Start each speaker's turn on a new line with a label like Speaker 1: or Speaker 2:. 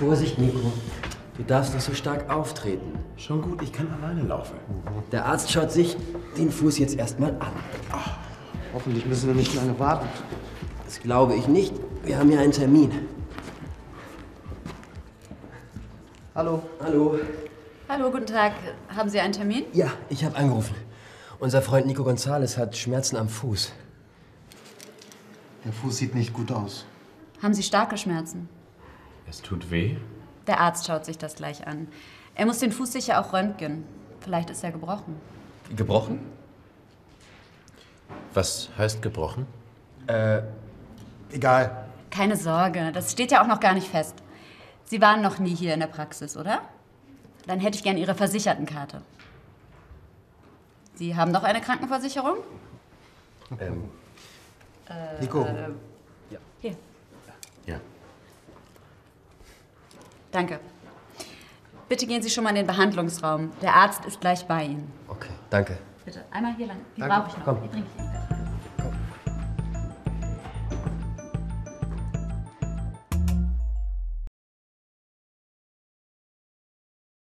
Speaker 1: Vorsicht, Nico. Du darfst nicht so stark auftreten.
Speaker 2: Schon gut, ich kann alleine laufen.
Speaker 1: Der Arzt schaut sich den Fuß jetzt erstmal an.
Speaker 2: Hoffentlich müssen wir nicht lange warten.
Speaker 1: Das glaube ich nicht. Wir haben ja einen Termin.
Speaker 2: Hallo.
Speaker 1: Hallo.
Speaker 3: Hallo, guten Tag. Haben Sie einen Termin?
Speaker 1: Ja, ich habe angerufen. Unser Freund Nico Gonzales hat Schmerzen am Fuß.
Speaker 2: Der Fuß sieht nicht gut aus.
Speaker 3: Haben Sie starke Schmerzen?
Speaker 4: Es tut weh?
Speaker 3: Der Arzt schaut sich das gleich an. Er muss den Fuß sicher auch röntgen. Vielleicht ist er gebrochen.
Speaker 4: Gebrochen? Was heißt gebrochen?
Speaker 2: Egal.
Speaker 3: Keine Sorge, das steht ja auch noch gar nicht fest. Sie waren noch nie hier in der Praxis, oder? Dann hätte ich gern Ihre Versichertenkarte. Sie haben doch eine Krankenversicherung?
Speaker 1: Ähm.
Speaker 2: Nico,
Speaker 3: Hier.
Speaker 4: Ja.
Speaker 3: Danke. Bitte gehen Sie schon mal in den Behandlungsraum. Der Arzt ist gleich bei Ihnen.
Speaker 1: Okay, danke.
Speaker 3: Bitte, einmal hier lang. Die brauche ich noch. Die bringe ich Ihnen.